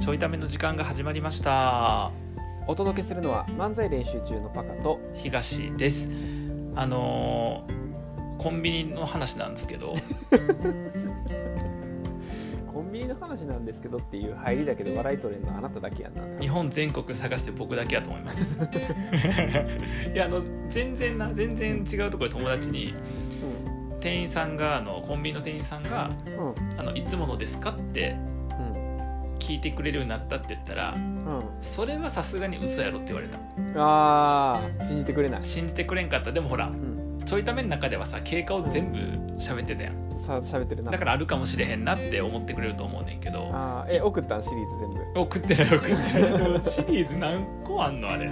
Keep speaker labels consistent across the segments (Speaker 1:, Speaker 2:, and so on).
Speaker 1: ちょいための時間が始まりました
Speaker 2: お届けするのは漫才練習中のパカと
Speaker 1: 東ですあのーコンビニの話なんですけど
Speaker 2: コンビニの話なんですけどっていう入りだけで笑い取れるのあなただけやな
Speaker 1: 日本全国探して僕だけだと思います いやあの全然な全然違うところで友達に
Speaker 2: う
Speaker 1: 店員さんがあのコンビニの店員さんが
Speaker 2: んうん
Speaker 1: あの「いつものですか?」って聞いてくれるようになったって言ったら
Speaker 2: うん
Speaker 1: 「それはさすがに嘘やろ」って言われた
Speaker 2: うんあー信じてくれない、
Speaker 1: 信じてくれんかったでもほら
Speaker 2: うん、
Speaker 1: ちょいための中ではさ経過を全部喋ってたやん
Speaker 2: さ喋ってるな
Speaker 1: だからあるかもしれへんなって思ってくれると思うねんけど
Speaker 2: あーえ送ったんシリーズ全部
Speaker 1: 送ってない送ってないシリーズ何個あんのあれ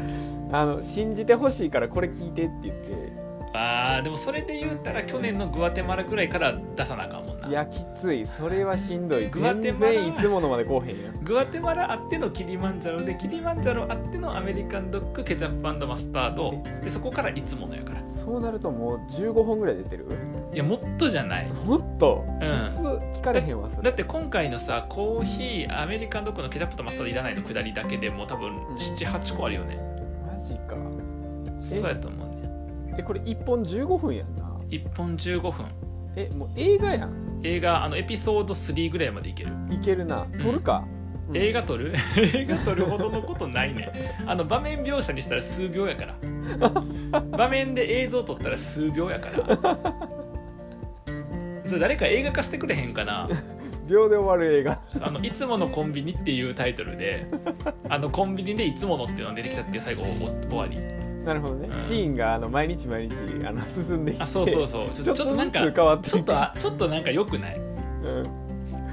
Speaker 2: あの信じてほしいからこれ聞いてって言って
Speaker 1: あーでもそれで言ったら去年のグアテマラぐらいから出さなあかんもんない
Speaker 2: やきついそれはしんどい
Speaker 1: グアテ
Speaker 2: 全
Speaker 1: マラ
Speaker 2: 然いつものまでこうへんやん
Speaker 1: グアテマラあってのキリマンジャロでキリマンジャロあってのアメリカンドッグケチャップマスタードでそこからいつものやから
Speaker 2: そうなるともう15本ぐらい出てる
Speaker 1: いやもっとじゃない
Speaker 2: もっと
Speaker 1: うん
Speaker 2: 普通聞かれへんわそ
Speaker 1: だ
Speaker 2: れ
Speaker 1: って今回のさコーヒーアメリカンドッグのケチャップとマスタードいらないのくだりだけでもう多分
Speaker 2: ん
Speaker 1: 78個あるよね
Speaker 2: マジか
Speaker 1: そうやと思うね
Speaker 2: えこれ1本15分やんな
Speaker 1: 1本15分
Speaker 2: えもう映画やん
Speaker 1: 映画あのエピソード3ぐらいまでいける、
Speaker 2: いけるな撮るか、うん
Speaker 1: 映画撮る映画撮るほどのことないねあの場面描写にしたら数秒やから 場面で映像撮ったら数秒やからそれ誰か映画化してくれへんかな
Speaker 2: 秒で終わる映画
Speaker 1: あの「いつものコンビニ」っていうタイトルであのコンビニで「いつもの」っていうのが出てきたっていう最後お終わり
Speaker 2: なるほどね、
Speaker 1: うん
Speaker 2: シーンがあの毎日毎日あの進んでいって
Speaker 1: あそうそうそう ちょ
Speaker 2: ちょっ
Speaker 1: ちょっと
Speaker 2: と
Speaker 1: な
Speaker 2: ず
Speaker 1: ん
Speaker 2: つ
Speaker 1: か
Speaker 2: 変わっていく
Speaker 1: ちょっとあちょっとなんか良くない
Speaker 2: うん、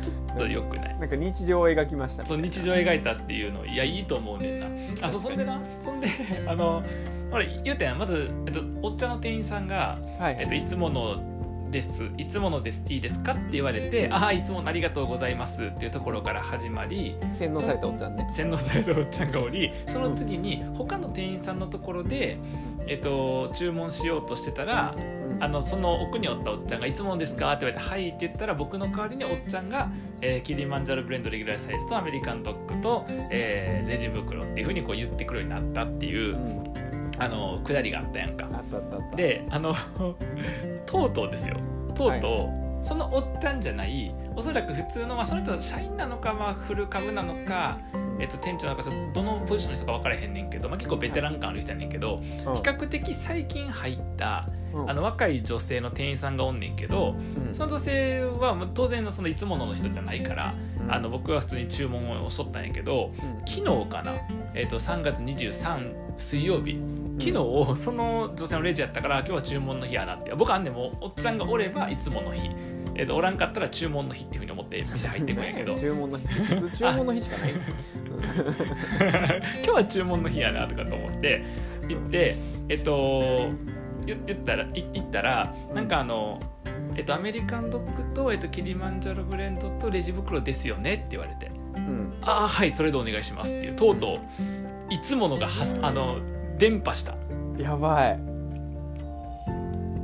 Speaker 1: ちょっと良くない
Speaker 2: なんか日常を描きました
Speaker 1: その日常を描いたっていうのいやいいと思うねんなあそうそんでなそんであの俺言うたやんまず、えっと、お茶の店員さんが
Speaker 2: は
Speaker 1: 「
Speaker 2: いは
Speaker 1: えっと、
Speaker 2: い、
Speaker 1: いつものですいつものですいいですか?」って言われて「ああいつものありがとうございます」っていうところから始まり
Speaker 2: 洗脳されたおっちゃんね
Speaker 1: 洗脳されたおっちゃんがおりその次に他の店員さんのところで、えっと、注文しようとしてたら
Speaker 2: うん
Speaker 1: あのその奥におったおっちゃんが「いつものですか?」って言われて「はい」って言ったら僕の代わりにおっちゃんが、えーキリマンジャロブレンドレギュラーサイズとアメリカンドッグと、えーレジ袋っていうふうにこう言ってくるようになったっていううんあのくだりがあったやんか。
Speaker 2: あったあったあった
Speaker 1: であの とうとうですよとうとう、
Speaker 2: は
Speaker 1: そのおっちゃんじゃないおそらく普通の、まあ、その人の社員なのか、まあ、フル株なのか、えっと、店長なのかそどのポジションの人か分からへんねんけど、まあ、結構ベテラン感ある人やねんけど
Speaker 2: 比
Speaker 1: 比較的最近入った
Speaker 2: うん、
Speaker 1: あの若い女性の店員さんがおんねんけど
Speaker 2: うん
Speaker 1: その女性はまあ当然のそのいつものの人じゃないからあの、僕は普通に注文をしとったんやけど
Speaker 2: うん
Speaker 1: 昨日かな、えー、と3月23水曜日昨日その女性のレジやったから今日は注文の日やなって僕はあんねんもうおっちゃんがおればいつもの日、えー、とおらんかったら注文の日っていうふうに思って店入ってくんやけど今
Speaker 2: 注文の日普通注文の日し かない
Speaker 1: 日は注文の日やなとかと思って行ってえっ、と言言ったらい行ったらなんかあのえっと、アメリカンドッグと、えっと、キリマンジャロブレンドとレジ袋ですよねって言われて
Speaker 2: うん
Speaker 1: ああはいそれでお願いしますっていうとうとういつものがはすあの伝播した
Speaker 2: やばい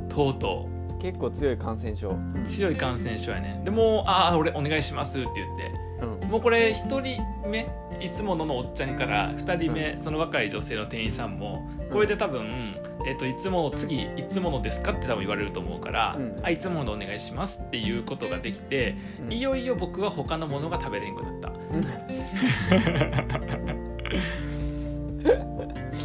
Speaker 1: とうと
Speaker 2: 結構強い感染症、
Speaker 1: う強い感染症やねでもうああ俺お願いしますって言って
Speaker 2: うん
Speaker 1: もうこれ1人目いつもののおっちゃんから2人目、その若い女性の店員さんもこれで多分、えっといつもの次いつものですかって多分言われると思うから、
Speaker 2: うん
Speaker 1: あいつものでお願いしますっていうことができて、
Speaker 2: うん
Speaker 1: いよいよ僕は他のものが食べれんくなった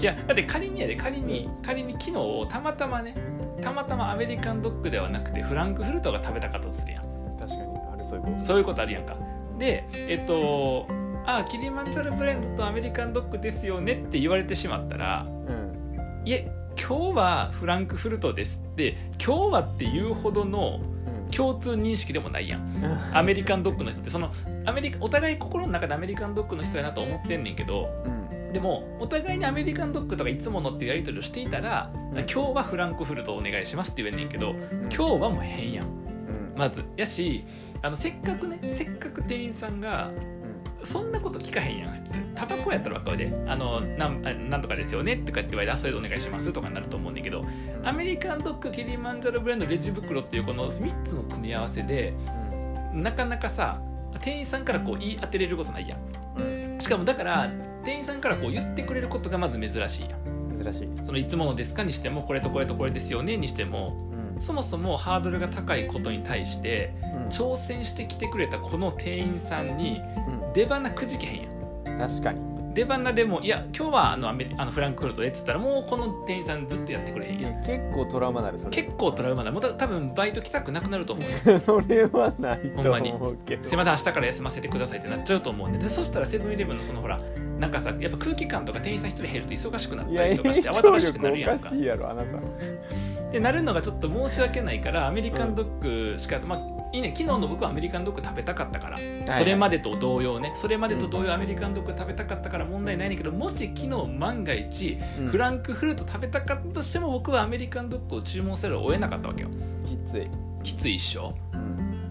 Speaker 1: いやだって仮にやで仮に仮に昨日たまたまねたまたまアメリカンドッグではなくてフランクフルトが食べたかったとするやん
Speaker 2: 確かにあれそういうこ
Speaker 1: そういうことあるやんかでえっとあキリマンジャロブレンドとアメリカンドッグですよねって言われてしまったら
Speaker 2: とうん
Speaker 1: いえ今日はフランクフルトですって今日はっていうほどの共通認識でもないやん
Speaker 2: うん
Speaker 1: アメリカンドッグの人ってそのアメリカお互い心の中でアメリカンドッグの人やなと思ってんねんけど
Speaker 2: うん
Speaker 1: でもお互いにアメリカンドッグとかいつものっていうやり取りをしていたら、
Speaker 2: うん
Speaker 1: 今日はフランクフルトお願いしますって言えんねんけど、
Speaker 2: うん
Speaker 1: 今日はもう変やん
Speaker 2: うん
Speaker 1: まずやしあのせっかくねせっかく店員さんが
Speaker 2: うん
Speaker 1: そんなこと聞かへんやん普通タバコやったらばっかりで「あのなんあなんとかですよね」とかって言われてあ「それでお願いします」とかになると思うねんだけどアメリカンドッグキリマンジャロブレンドレジ袋っていうこの3つの組み合わせでなかなかさ店員さんからこう言い当てれることないやん
Speaker 2: うん
Speaker 1: しかもだから店員さんからこう言ってくれることがまず珍しいやん
Speaker 2: 珍しい、
Speaker 1: そのいつものですかにしてもこれとこれとこれですよねにしても
Speaker 2: うん
Speaker 1: そもそもハードルが高いことに対して挑戦してきてくれたこの店員さんに
Speaker 2: う
Speaker 1: 出花くじけへんやん
Speaker 2: ん確かに
Speaker 1: 出花でもいや今日はあのアメリあのフランクフルトでっつったらもうこの店員さんずっとやってくれへん
Speaker 2: い
Speaker 1: や
Speaker 2: や
Speaker 1: ん
Speaker 2: 結構トラウマなるそれ
Speaker 1: 結構トラウマだもうた多分バイト来たくなくなると思うよ
Speaker 2: それはない
Speaker 1: ほん
Speaker 2: と
Speaker 1: まに
Speaker 2: 思うけど
Speaker 1: すいません明日から休ませてくださいってなっちゃうと思うんででそしたらセブンイレブンのそのほらなんかさやっぱ空気感とか店員さん一人減ると忙しくなっ
Speaker 2: い
Speaker 1: た
Speaker 2: や
Speaker 1: り
Speaker 2: 影
Speaker 1: とかして
Speaker 2: 響
Speaker 1: 慌
Speaker 2: 力
Speaker 1: た
Speaker 2: お
Speaker 1: だしくなるや
Speaker 2: か
Speaker 1: んか
Speaker 2: しいやろあなた
Speaker 1: でなるのがちょっと申し訳ないからアメリカンドッグしか、まあいいね昨日の僕はアメリカンドッグ食べたかったから、
Speaker 2: はい
Speaker 1: それまでと同様ねそれまでと同様アメリカンドッグ食べたかったから問題ないねんけどもし昨日万が一フランクフルト食べたかったとしても僕はアメリカンドッグを注文せるを得なかったわけよ
Speaker 2: きつい、
Speaker 1: きついっしょ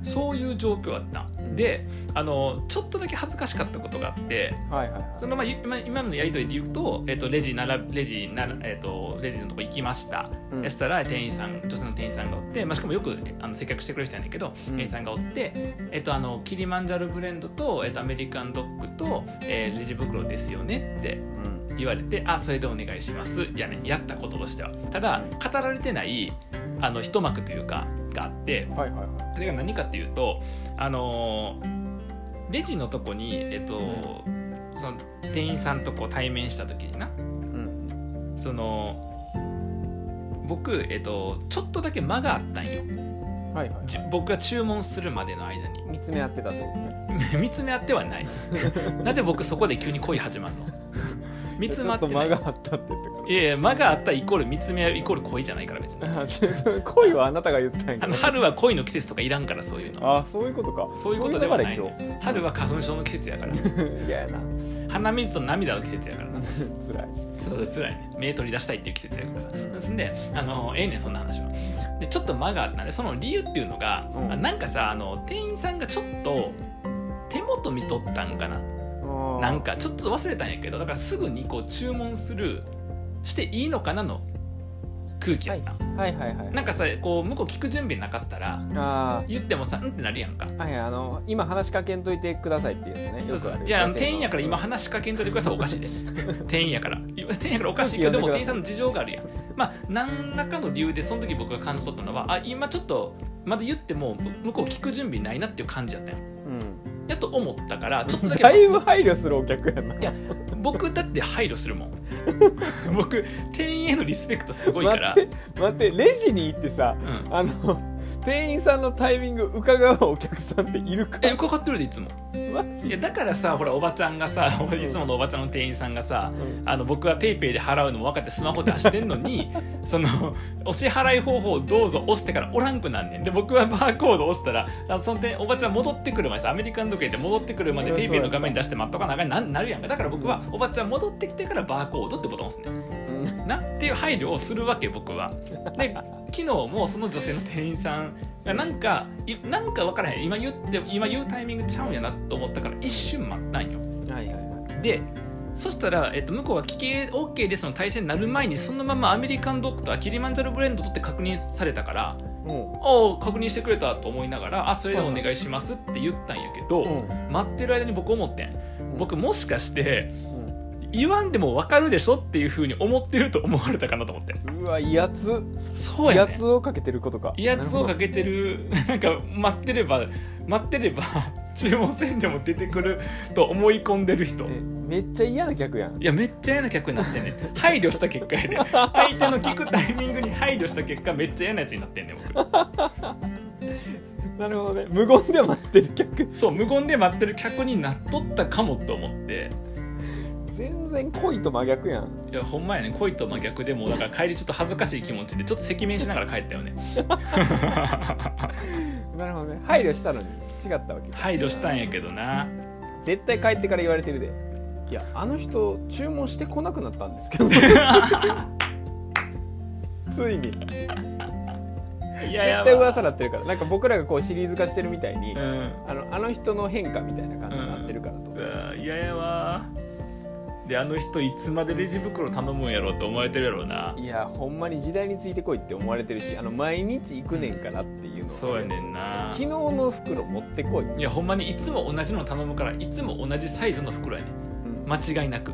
Speaker 1: そういう状況だった
Speaker 2: ん
Speaker 1: であのちょっとだけ恥ずかしかったことがあって
Speaker 2: はいはいは
Speaker 1: そのまあゆ今今のやり取りで言うと,、えっとレジならレジなら、えっとレジのとこ行きました
Speaker 2: い、うん
Speaker 1: そしたら店員さん女性の店員さんがおって、まあ、しかもよくあの接客してくれる人やねんけど、
Speaker 2: うん
Speaker 1: 店員さんがおって、えっと、あのキリマンジャロブレンドと、えっと、アメリカンドッグと、えーレジ袋ですよねって
Speaker 2: うん
Speaker 1: 言われてあそれでお願いしますやねやったこととしてはただ語られてないあの一幕というかがあって
Speaker 2: はいはいはい
Speaker 1: それが何かっていうとあのーレジのとこに、えっとその店員さんとこう対面した時にな
Speaker 2: うん
Speaker 1: その僕、えっと、ちょっとだけ間があったんよ
Speaker 2: はいはい
Speaker 1: じ僕が注文するまでの間に
Speaker 2: 見つめ合ってたってことね
Speaker 1: 見つめ合っては ないなぜ僕そこで急に恋始まるの 見つめ合ってない
Speaker 2: ちょっと間があったって言って
Speaker 1: いやいや間があったイコール見つめ合うイコール恋じゃないから別 に
Speaker 2: から 恋はあなたが言ったんや
Speaker 1: あ
Speaker 2: け
Speaker 1: の
Speaker 2: ど
Speaker 1: 春は恋の季節とかいらんからそういうの
Speaker 2: ああそういうことか
Speaker 1: そういうことではない
Speaker 2: そ
Speaker 1: の
Speaker 2: うう流れ
Speaker 1: 春は花粉症の季節やから
Speaker 2: 今日 嫌やな
Speaker 1: 鼻水と涙の季節やからな
Speaker 2: 辛い
Speaker 1: そう辛い目取り出したいっていう季節やからさそんであのええねんそんな話はでちょっと間があったんでその理由っていうのが、
Speaker 2: うん
Speaker 1: あなんかさあの店員さんがちょっと手元見とったんかなな
Speaker 2: なん
Speaker 1: かちょっと忘れたんやけどだからすぐにこう注文するしていいのかなの空気やった、
Speaker 2: はいはいはい
Speaker 1: なんかさこう向こう聞く準備なかったら
Speaker 2: あ
Speaker 1: 言ってもさうんってなるやんか
Speaker 2: あはいあの今話しかけんといてくださいっていうやつね
Speaker 1: そう
Speaker 2: よ
Speaker 1: そ
Speaker 2: く
Speaker 1: う
Speaker 2: ある
Speaker 1: いやあの
Speaker 2: 女性の
Speaker 1: 店員やから今話しかけんといてくださいおか しいで店員やからいや店員やからおかしいけどでも店員さんの事情があるやんまあ何らかの理由でその時僕が感じ取ったのはあ今ちょっとまだ言っても向こう聞く準備ないなっていう感じやったよ
Speaker 2: うん
Speaker 1: やと思ったからちょっとだけ
Speaker 2: だいぶ配慮するお客やない
Speaker 1: や僕だって配慮するもん 僕店員へのリスペクトすごいから、
Speaker 2: 待って待ってレジに行ってさ
Speaker 1: うん、
Speaker 2: あの店員さんのタイミング伺うお客さんっているか
Speaker 1: え伺ってるでいつも
Speaker 2: マ
Speaker 1: いや
Speaker 2: ジ
Speaker 1: だからさほらおばちゃんがさいつものおばちゃんの店員さんがさ
Speaker 2: うん
Speaker 1: あの僕はペイペイで払うのも分かってスマホ出してんの にそのお支払い方法をどうぞ押してからおらんくなんねんで僕はバーコード押したらあその点おばちゃん戻ってくるまでさアメリカン時計で戻ってくるまで
Speaker 2: うん
Speaker 1: ペイペイの画面出して待っとかなあかんななるやんかだから僕はおばちゃん戻ってきてからバーコードってボタン押すねんなっていう配慮をするわけ僕は で昨日もその女性の店員さんがなんかいなんか分からへん今言って今言うタイミングちゃうんやなと思ったから一瞬待ったんよ
Speaker 2: はいはいはい
Speaker 1: でそしたら、えっと、向こうは聞け OK ですの対戦になる前にそのままアメリカンドッグとアキリマンジャロブレンドとって確認されたから
Speaker 2: も
Speaker 1: お確認してくれたと思いながらあそれでお願いしますって言ったんやけど、
Speaker 2: う
Speaker 1: 待ってる間に僕思ってん
Speaker 2: ん
Speaker 1: 僕もしかして
Speaker 2: うん
Speaker 1: 言わんでも分かるでしょっていうふうに思ってると思われたかなと思って
Speaker 2: うわ威圧
Speaker 1: そう
Speaker 2: 威
Speaker 1: やね
Speaker 2: 圧をかけてることか
Speaker 1: 威圧をか
Speaker 2: け
Speaker 1: けてるなんか待ってれば待ってれば 注文せんでも出てくると思い込んでる人
Speaker 2: めっちゃ嫌な客やん
Speaker 1: いやめっちゃ嫌な客になってんねん配慮した結果やで相手の聞くタイミングに配慮した結果めっちゃ嫌なやつになってんねん僕
Speaker 2: なるほどね無言で待ってる客
Speaker 1: そう無言で待ってる客になっとったかもと思って
Speaker 2: 全然恋と真逆やん
Speaker 1: いやほんまやね恋と真逆でもうだから帰りちょっと恥ずかしい気持ちでちょっと赤面しながら帰ったよね
Speaker 2: なるほどね配慮したのに違ったわけ
Speaker 1: 配慮したんやけどな
Speaker 2: 絶対帰ってから言われてるでいやあの人注文してこなくなったんで すけどついに
Speaker 1: いや
Speaker 2: 絶
Speaker 1: や
Speaker 2: 対
Speaker 1: ば
Speaker 2: 噂なってるからなんか僕らがこうシリーズ化してるみたいに、
Speaker 1: うん
Speaker 2: あのあの人の変化みたいな感じになってるからと、
Speaker 1: うわ嫌ややわであの人いつまでレジ袋頼むんやろうと思われてるやろうない
Speaker 2: やほんまに時代についてこいって思われてるしあの毎日行くねんからっていうのはね
Speaker 1: そうやねんな
Speaker 2: 昨日の袋持ってこい、
Speaker 1: いやほんまにいつも同じの頼むからいつも同じサイズの袋やね
Speaker 2: うん
Speaker 1: 間違いなく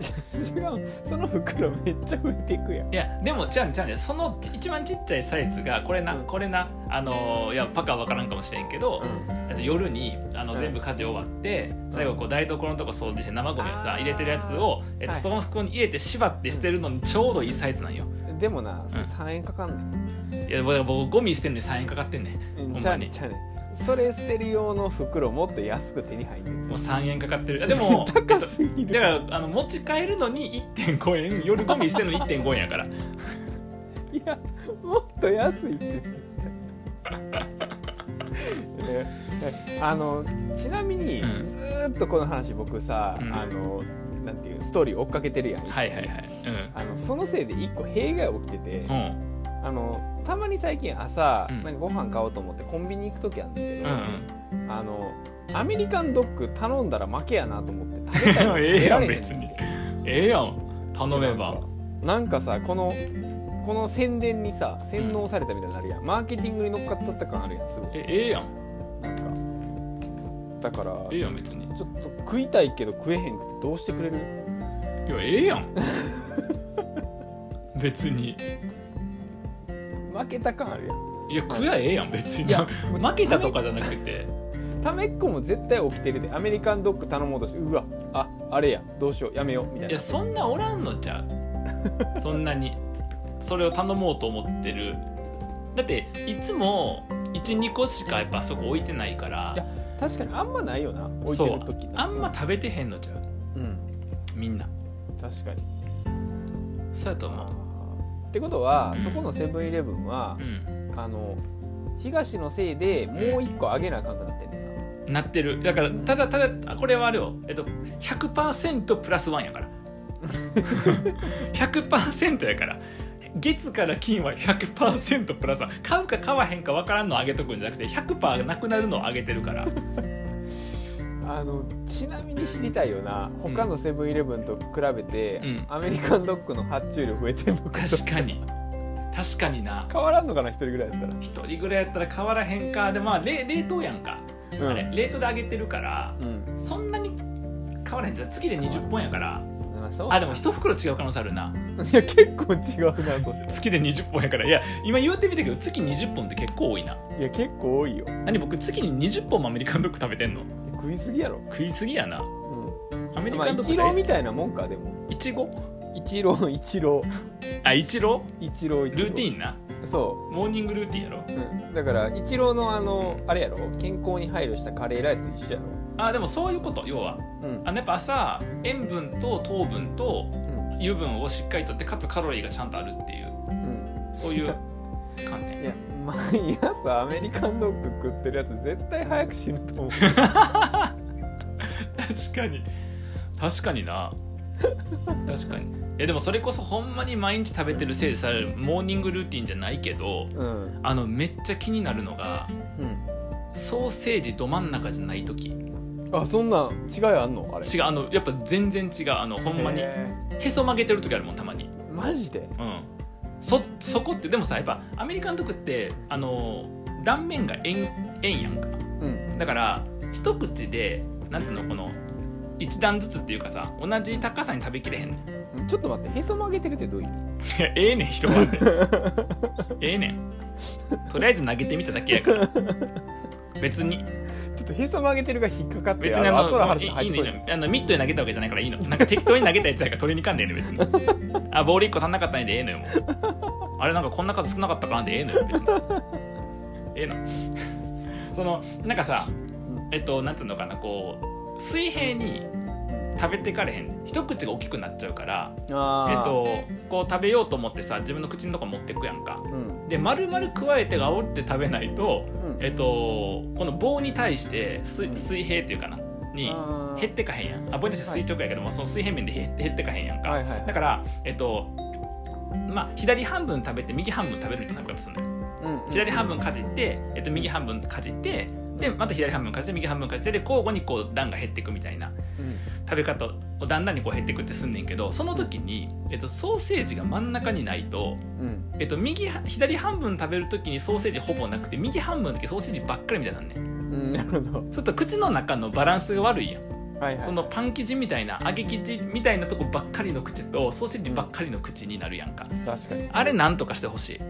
Speaker 2: 違うその袋めっちゃ浮いていくやん
Speaker 1: いやでもじゃあねじゃあねそのち一番ちっちゃいサイズがこれな、
Speaker 2: うん
Speaker 1: これなあのーいやパカは分からんかもしれんけど、えっと夜にあの
Speaker 2: うん
Speaker 1: 全部家事終わって、最後こう台所のとこ掃除して生ゴミをさ
Speaker 2: あー
Speaker 1: 入れてるやつを、えっと
Speaker 2: はい
Speaker 1: その袋に入れて縛って捨てるのにちょうどいいサイズなんよ
Speaker 2: でもな、それ3円かかんねん
Speaker 1: いや僕僕ゴミ捨てるのに3円かかってんねん
Speaker 2: う
Speaker 1: ほんまに
Speaker 2: んじゃあねじゃあねそれ捨てる用の袋もっと安く手に入るん
Speaker 1: もう
Speaker 2: で
Speaker 1: 3円かかってるあでも
Speaker 2: 高すぎ
Speaker 1: だ
Speaker 2: る、
Speaker 1: からあの持ち帰るのに1.5円夜ゴミ捨てるのに1.5円やから
Speaker 2: いやもっと安いって絶対で あのちなみに、
Speaker 1: うん
Speaker 2: ずーっとこの話僕さ、
Speaker 1: うん
Speaker 2: あのなんていうストーリー追っかけてるやん、
Speaker 1: はいはいはいうん
Speaker 2: あのそのせいで一個弊害起きてて、
Speaker 1: うん
Speaker 2: あのたまに最近朝、
Speaker 1: うん
Speaker 2: なんかご飯買おうと思ってコンビニ行く時あるんだけ
Speaker 1: う
Speaker 2: ど、
Speaker 1: ん
Speaker 2: あのアメリカンドッグ頼んだら負けやなと思って食べたい
Speaker 1: うん
Speaker 2: の
Speaker 1: ええやん
Speaker 2: 選べへ
Speaker 1: 別にええやん頼めば
Speaker 2: なんかさこのこの宣伝にさ洗脳されたみたいになるやん、マーケティングに乗っかっちゃった感あるやんすごい
Speaker 1: えええやん
Speaker 2: なんかだから
Speaker 1: ええやん別にい
Speaker 2: ちょっと食いたいけど食えへんくてどうしてくれる
Speaker 1: やええやん 別に
Speaker 2: 負けた感あるやん
Speaker 1: いや食やええやん別に
Speaker 2: いや
Speaker 1: 負けたとかじゃなくて
Speaker 2: ためっこも絶対起きてるでアメリカンドッグ頼もうとしてうわああれやどうしようやめようみたい
Speaker 1: い
Speaker 2: な
Speaker 1: やそんなおらんのちゃうそんなにそれを頼もうと思ってるだっていつも12個しかやっぱあそこ置いてないから
Speaker 2: いや確かにあんまないよな置いてる時
Speaker 1: あんま食べてへんのちゃう
Speaker 2: うん
Speaker 1: みんな
Speaker 2: 確かに
Speaker 1: そうやと思
Speaker 2: ってことは、
Speaker 1: うん
Speaker 2: そこのセブンイレブンは
Speaker 1: う、うん
Speaker 2: あの東のせいでもう一個上げなあかんくなってんねんな
Speaker 1: なってるだからただただあこれはあれよ、えっと、100%プラスワンやから100%やから月から金は100%プラスワン買うか買わへんか分からんのを上げとくんじゃなくて100%なくなるのを上げてるから
Speaker 2: あのちなみに知りたいよな
Speaker 1: うん
Speaker 2: 他のセブンイレブンと比べて、
Speaker 1: うん
Speaker 2: アメリカンドッグの発注量増えてんのかと
Speaker 1: 確かに確かにな
Speaker 2: 変わらんのかな一人ぐらいだったら、
Speaker 1: 一人ぐらいやったら変わらへんかでまあ冷冷凍やんか、
Speaker 2: うん
Speaker 1: あれ冷凍で揚げてるから
Speaker 2: うん
Speaker 1: そんなに変わらへんじゃん月で20本やから
Speaker 2: まあそう
Speaker 1: あでも一袋違う可能性あるない
Speaker 2: や結構違うな それ
Speaker 1: 月で20本やからいや今言うてみたけど月20本って結構多いない
Speaker 2: や結構多いよ
Speaker 1: 何僕月に20本もアメリカンドッグ食べてんの
Speaker 2: 食いすぎやろ、
Speaker 1: 食いすぎやな
Speaker 2: う
Speaker 1: アメ
Speaker 2: ん、
Speaker 1: リ
Speaker 2: まあ
Speaker 1: カンドッ
Speaker 2: 一
Speaker 1: グ大
Speaker 2: 郎
Speaker 1: 好
Speaker 2: み
Speaker 1: き
Speaker 2: たいなもんかでも
Speaker 1: いちご
Speaker 2: 一郎一郎
Speaker 1: あいちろ
Speaker 2: 一郎一郎
Speaker 1: ルーティンな
Speaker 2: ンそ
Speaker 1: モーニングルーティンやろ
Speaker 2: う、うん、だから一郎のあのあれやろ健康に配慮したカレーライスと一緒や
Speaker 1: あでもそういうこと要は
Speaker 2: ろうん
Speaker 1: あのやっぱ朝塩分と糖分と
Speaker 2: うん
Speaker 1: 油分をしっかりとってかつカロリーがちゃんとあるっていう
Speaker 2: うん
Speaker 1: そういう観点
Speaker 2: いや毎朝アメリカンドッグ食ってるやつ絶対早く死ぬと思う
Speaker 1: 確かに確かにな確かにえでもそれこそほんまに毎日食べてるせいでさモーニングルーティンじゃないけど
Speaker 2: うん
Speaker 1: あのめっちゃ気になるのが
Speaker 2: うん
Speaker 1: ソーセージど真ん中じゃない時違
Speaker 2: あそんなん違いあんのあれ
Speaker 1: うあのやっぱ全然違うあのほんまにへ
Speaker 2: へ
Speaker 1: そ曲げてる時あるもんたまに
Speaker 2: ーマジで
Speaker 1: うんそそこってでもさやっぱアメリカンドッグってあの断面が円円やんか
Speaker 2: うん
Speaker 1: だから一口でなんつうのこの一段ずつっていうかさ同じ高さに食べきれへんねん
Speaker 2: ちょっと待ってへそ曲げてるってどういう意
Speaker 1: い
Speaker 2: 味
Speaker 1: や ええねん人はって ええねんとりあえず投げてみただけやから別に
Speaker 2: ちょっとへそ曲げてるが引っかかって
Speaker 1: 別にあの
Speaker 2: 後の
Speaker 1: い
Speaker 2: 話
Speaker 1: い
Speaker 2: に入って
Speaker 1: いい
Speaker 2: こ
Speaker 1: のいい
Speaker 2: い
Speaker 1: のあのミットに投げたわけじゃないからいいのなんか適当に投げたやつやから取りにかんでええのよ別にあボール1個足んなかったんやでええのよもうあれなんかこんな数少なかったかなんでええのよ別にええのそのなんかさえっとなんていうのかなこう水平に食べてかれへん一口が大きくなっちゃうから
Speaker 2: あー
Speaker 1: えっとこう食べようと思ってさ自分の口のとこ持ってくやんか
Speaker 2: うん
Speaker 1: で丸々加えて煽って食べないと、えっと、この棒に対して水水平っていうかなに
Speaker 2: あー
Speaker 1: 減ってかへんやんあ棒に対して垂直やけども、その水平面で減減ってかへんやんか、
Speaker 2: はいはい
Speaker 1: だからえっとまあ左半分食べて右半分食べるって食べ方するのよ
Speaker 2: うんうん
Speaker 1: 左半分かじって、えっと、右半分かじってでまた左半分かじって右半分かじってで交互にこう段が減っていくみたいな
Speaker 2: うん
Speaker 1: 食べ方をだんだんにこう減っていくってすんねんけどその時に、えっと、ソーセージが真ん中にないと
Speaker 2: うん
Speaker 1: えっと、右は左半分食べるときにソーセージほぼなくて右半分だけソーセージばっかりみたいになんねん
Speaker 2: うんなるほど
Speaker 1: そうすると口の中のバランスが悪いやん
Speaker 2: はいはい
Speaker 1: そのパン生地みたいな揚げ生地みたいなとこばっかりの口とソーセージばっかりの口になるやんか
Speaker 2: 確かに
Speaker 1: あれなんとかしてほしい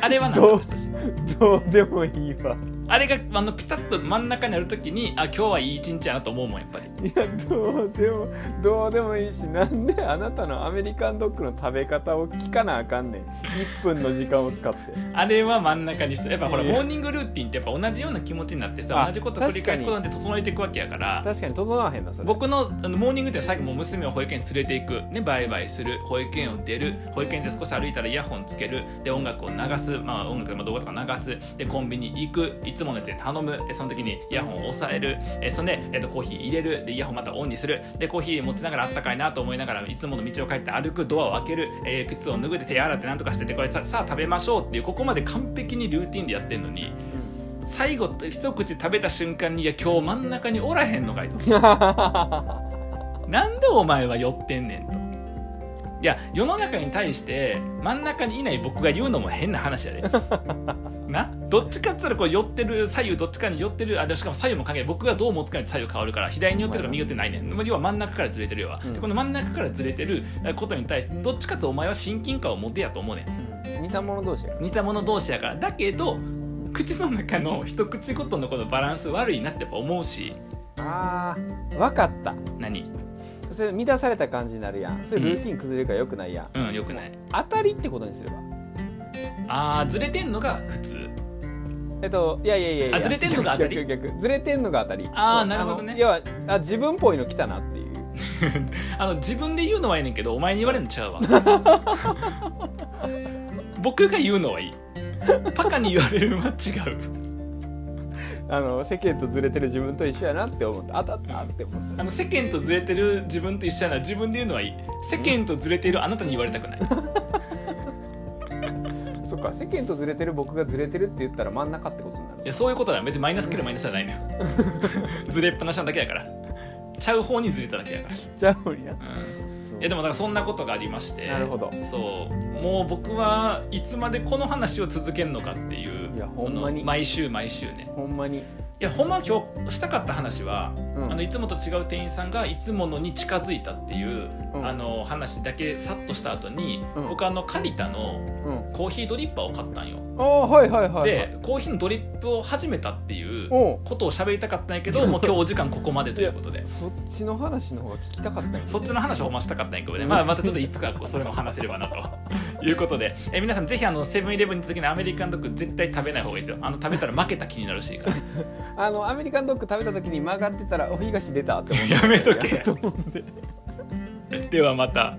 Speaker 1: あれはなんとかしてほしい
Speaker 2: どうでもいいわ
Speaker 1: あれがあのピタッと真ん中にある時にあ今日はいい一日やなと思うもんやっぱり
Speaker 2: いやどうでもどうでもいいしなんであなたのアメリカンドッグの食べ方を聞かなあかんねん1分の時間を使って
Speaker 1: あれは真ん中にしてやっぱほら
Speaker 2: いや
Speaker 1: モーニングルーティンってやっぱ同じような気持ちになってさ
Speaker 2: あ
Speaker 1: 同じこと繰り返すことなんて整えていくわけやから
Speaker 2: 確かに整わへんなそれ
Speaker 1: 僕のあのモーニングって最後もう娘を保育園に連れていく、ね、バイバイする保育園を出る保育園で少し歩いたらイヤホンつけるで音楽を流す、まあ、音楽の動画とか流すでコンビニ行くいつものやつで頼むえその時にイヤホンを押さえるえそんで、えっとコーヒー入れるでイヤホンまたオンにするでコーヒー持ちながらあったかいなと思いながらいつもの道を帰って歩くドアを開ける、えー靴を脱ぐで手洗ってなんとかしててこれささあ食べましょうっていうここまで完璧にルーティンでやってんのに最後一口食べた瞬間にいや今日真ん中におらへんのかいと。なんでお前は寄ってんねんと。いや世の中に対して真ん中にいない僕が言うのも変な話やで などっちかっつったらこう寄ってる左右どっちかに寄ってるあでしかも左右も関係ない僕がどう持つかによって左右変わるから左に寄ってるとか右寄ってないねん要は真ん中からずれてるよ、
Speaker 2: うん
Speaker 1: でこの真ん中からずれてることに対してどっちかっつったらお前は親近感を持てやと思うねん
Speaker 2: 似た者同士や
Speaker 1: 似た者同士やからだけど口の中の一口ごとのこのバランス悪いなってやっぱ思うし
Speaker 2: あー分かった
Speaker 1: 何
Speaker 2: それ満たされた感じになるやんそれルーティン崩れるからよくないやん、
Speaker 1: うんよくない
Speaker 2: 当たりってことにすれば
Speaker 1: あーずれてんのが普通
Speaker 2: えっといやいやいやいや
Speaker 1: あずれてんのが当たり
Speaker 2: 逆逆逆ずれてんのが当たり
Speaker 1: あー
Speaker 2: そう
Speaker 1: なるほどね
Speaker 2: あの要はあ自分っぽいの来たなっていう
Speaker 1: あの自分で言うのはいいねんけどお前に言われんのちゃうわ 僕が言うのはいいパカに言われるのは違う
Speaker 2: あの世間とずれてる自分と一緒やなって思った当たったって思った
Speaker 1: あの世間とずれてる自分と一緒なら自分で言うのはいい世間とずれているあなたに言われたくない
Speaker 2: そっか世間とずれてる僕がずれてるって言ったら真ん中ってことになる
Speaker 1: いやそういうことだ別にマイナスくるマイナスじゃないのよ ずれっぱなしなだけやからちゃう方にずれただけやから、
Speaker 2: じゃあ無理や
Speaker 1: うんいやでもだからそんなことがありまして
Speaker 2: なるほど
Speaker 1: そうもう僕はいつまでこの話を続けるのかっていう
Speaker 2: いや
Speaker 1: その
Speaker 2: ほんまに
Speaker 1: 毎週毎週ね
Speaker 2: ほんまに、
Speaker 1: いやほんまは今日したかった話は、
Speaker 2: うん
Speaker 1: あのいつもと違う店員さんがいつものに近づいたっていう、
Speaker 2: うん
Speaker 1: あの話だけさっとした後に、
Speaker 2: うん
Speaker 1: 僕あのカリタの
Speaker 2: うん、
Speaker 1: コーヒードリッパーを買ったんよ、
Speaker 2: ああはいはいはいはい
Speaker 1: でコーヒーのドリップを始めたっていう
Speaker 2: おう
Speaker 1: ことを喋りたかったんやけ どもう今日お時間ここまでということで
Speaker 2: そっちの話の方が聞きたかったんや
Speaker 1: そっちの話をほんましたかったんやけどね、まあ、また ちょっといつかそれも話せればなと いうことでえ皆さんぜひあのセブンイレブンに行った時にアメリカンドッグ絶対食べない方がいいですよあの食べたら負けた気になるしいいから
Speaker 2: あのアメリカンドッグ食べた時 に曲がってたらお東出たって思 う
Speaker 1: やめとけ。ではまた。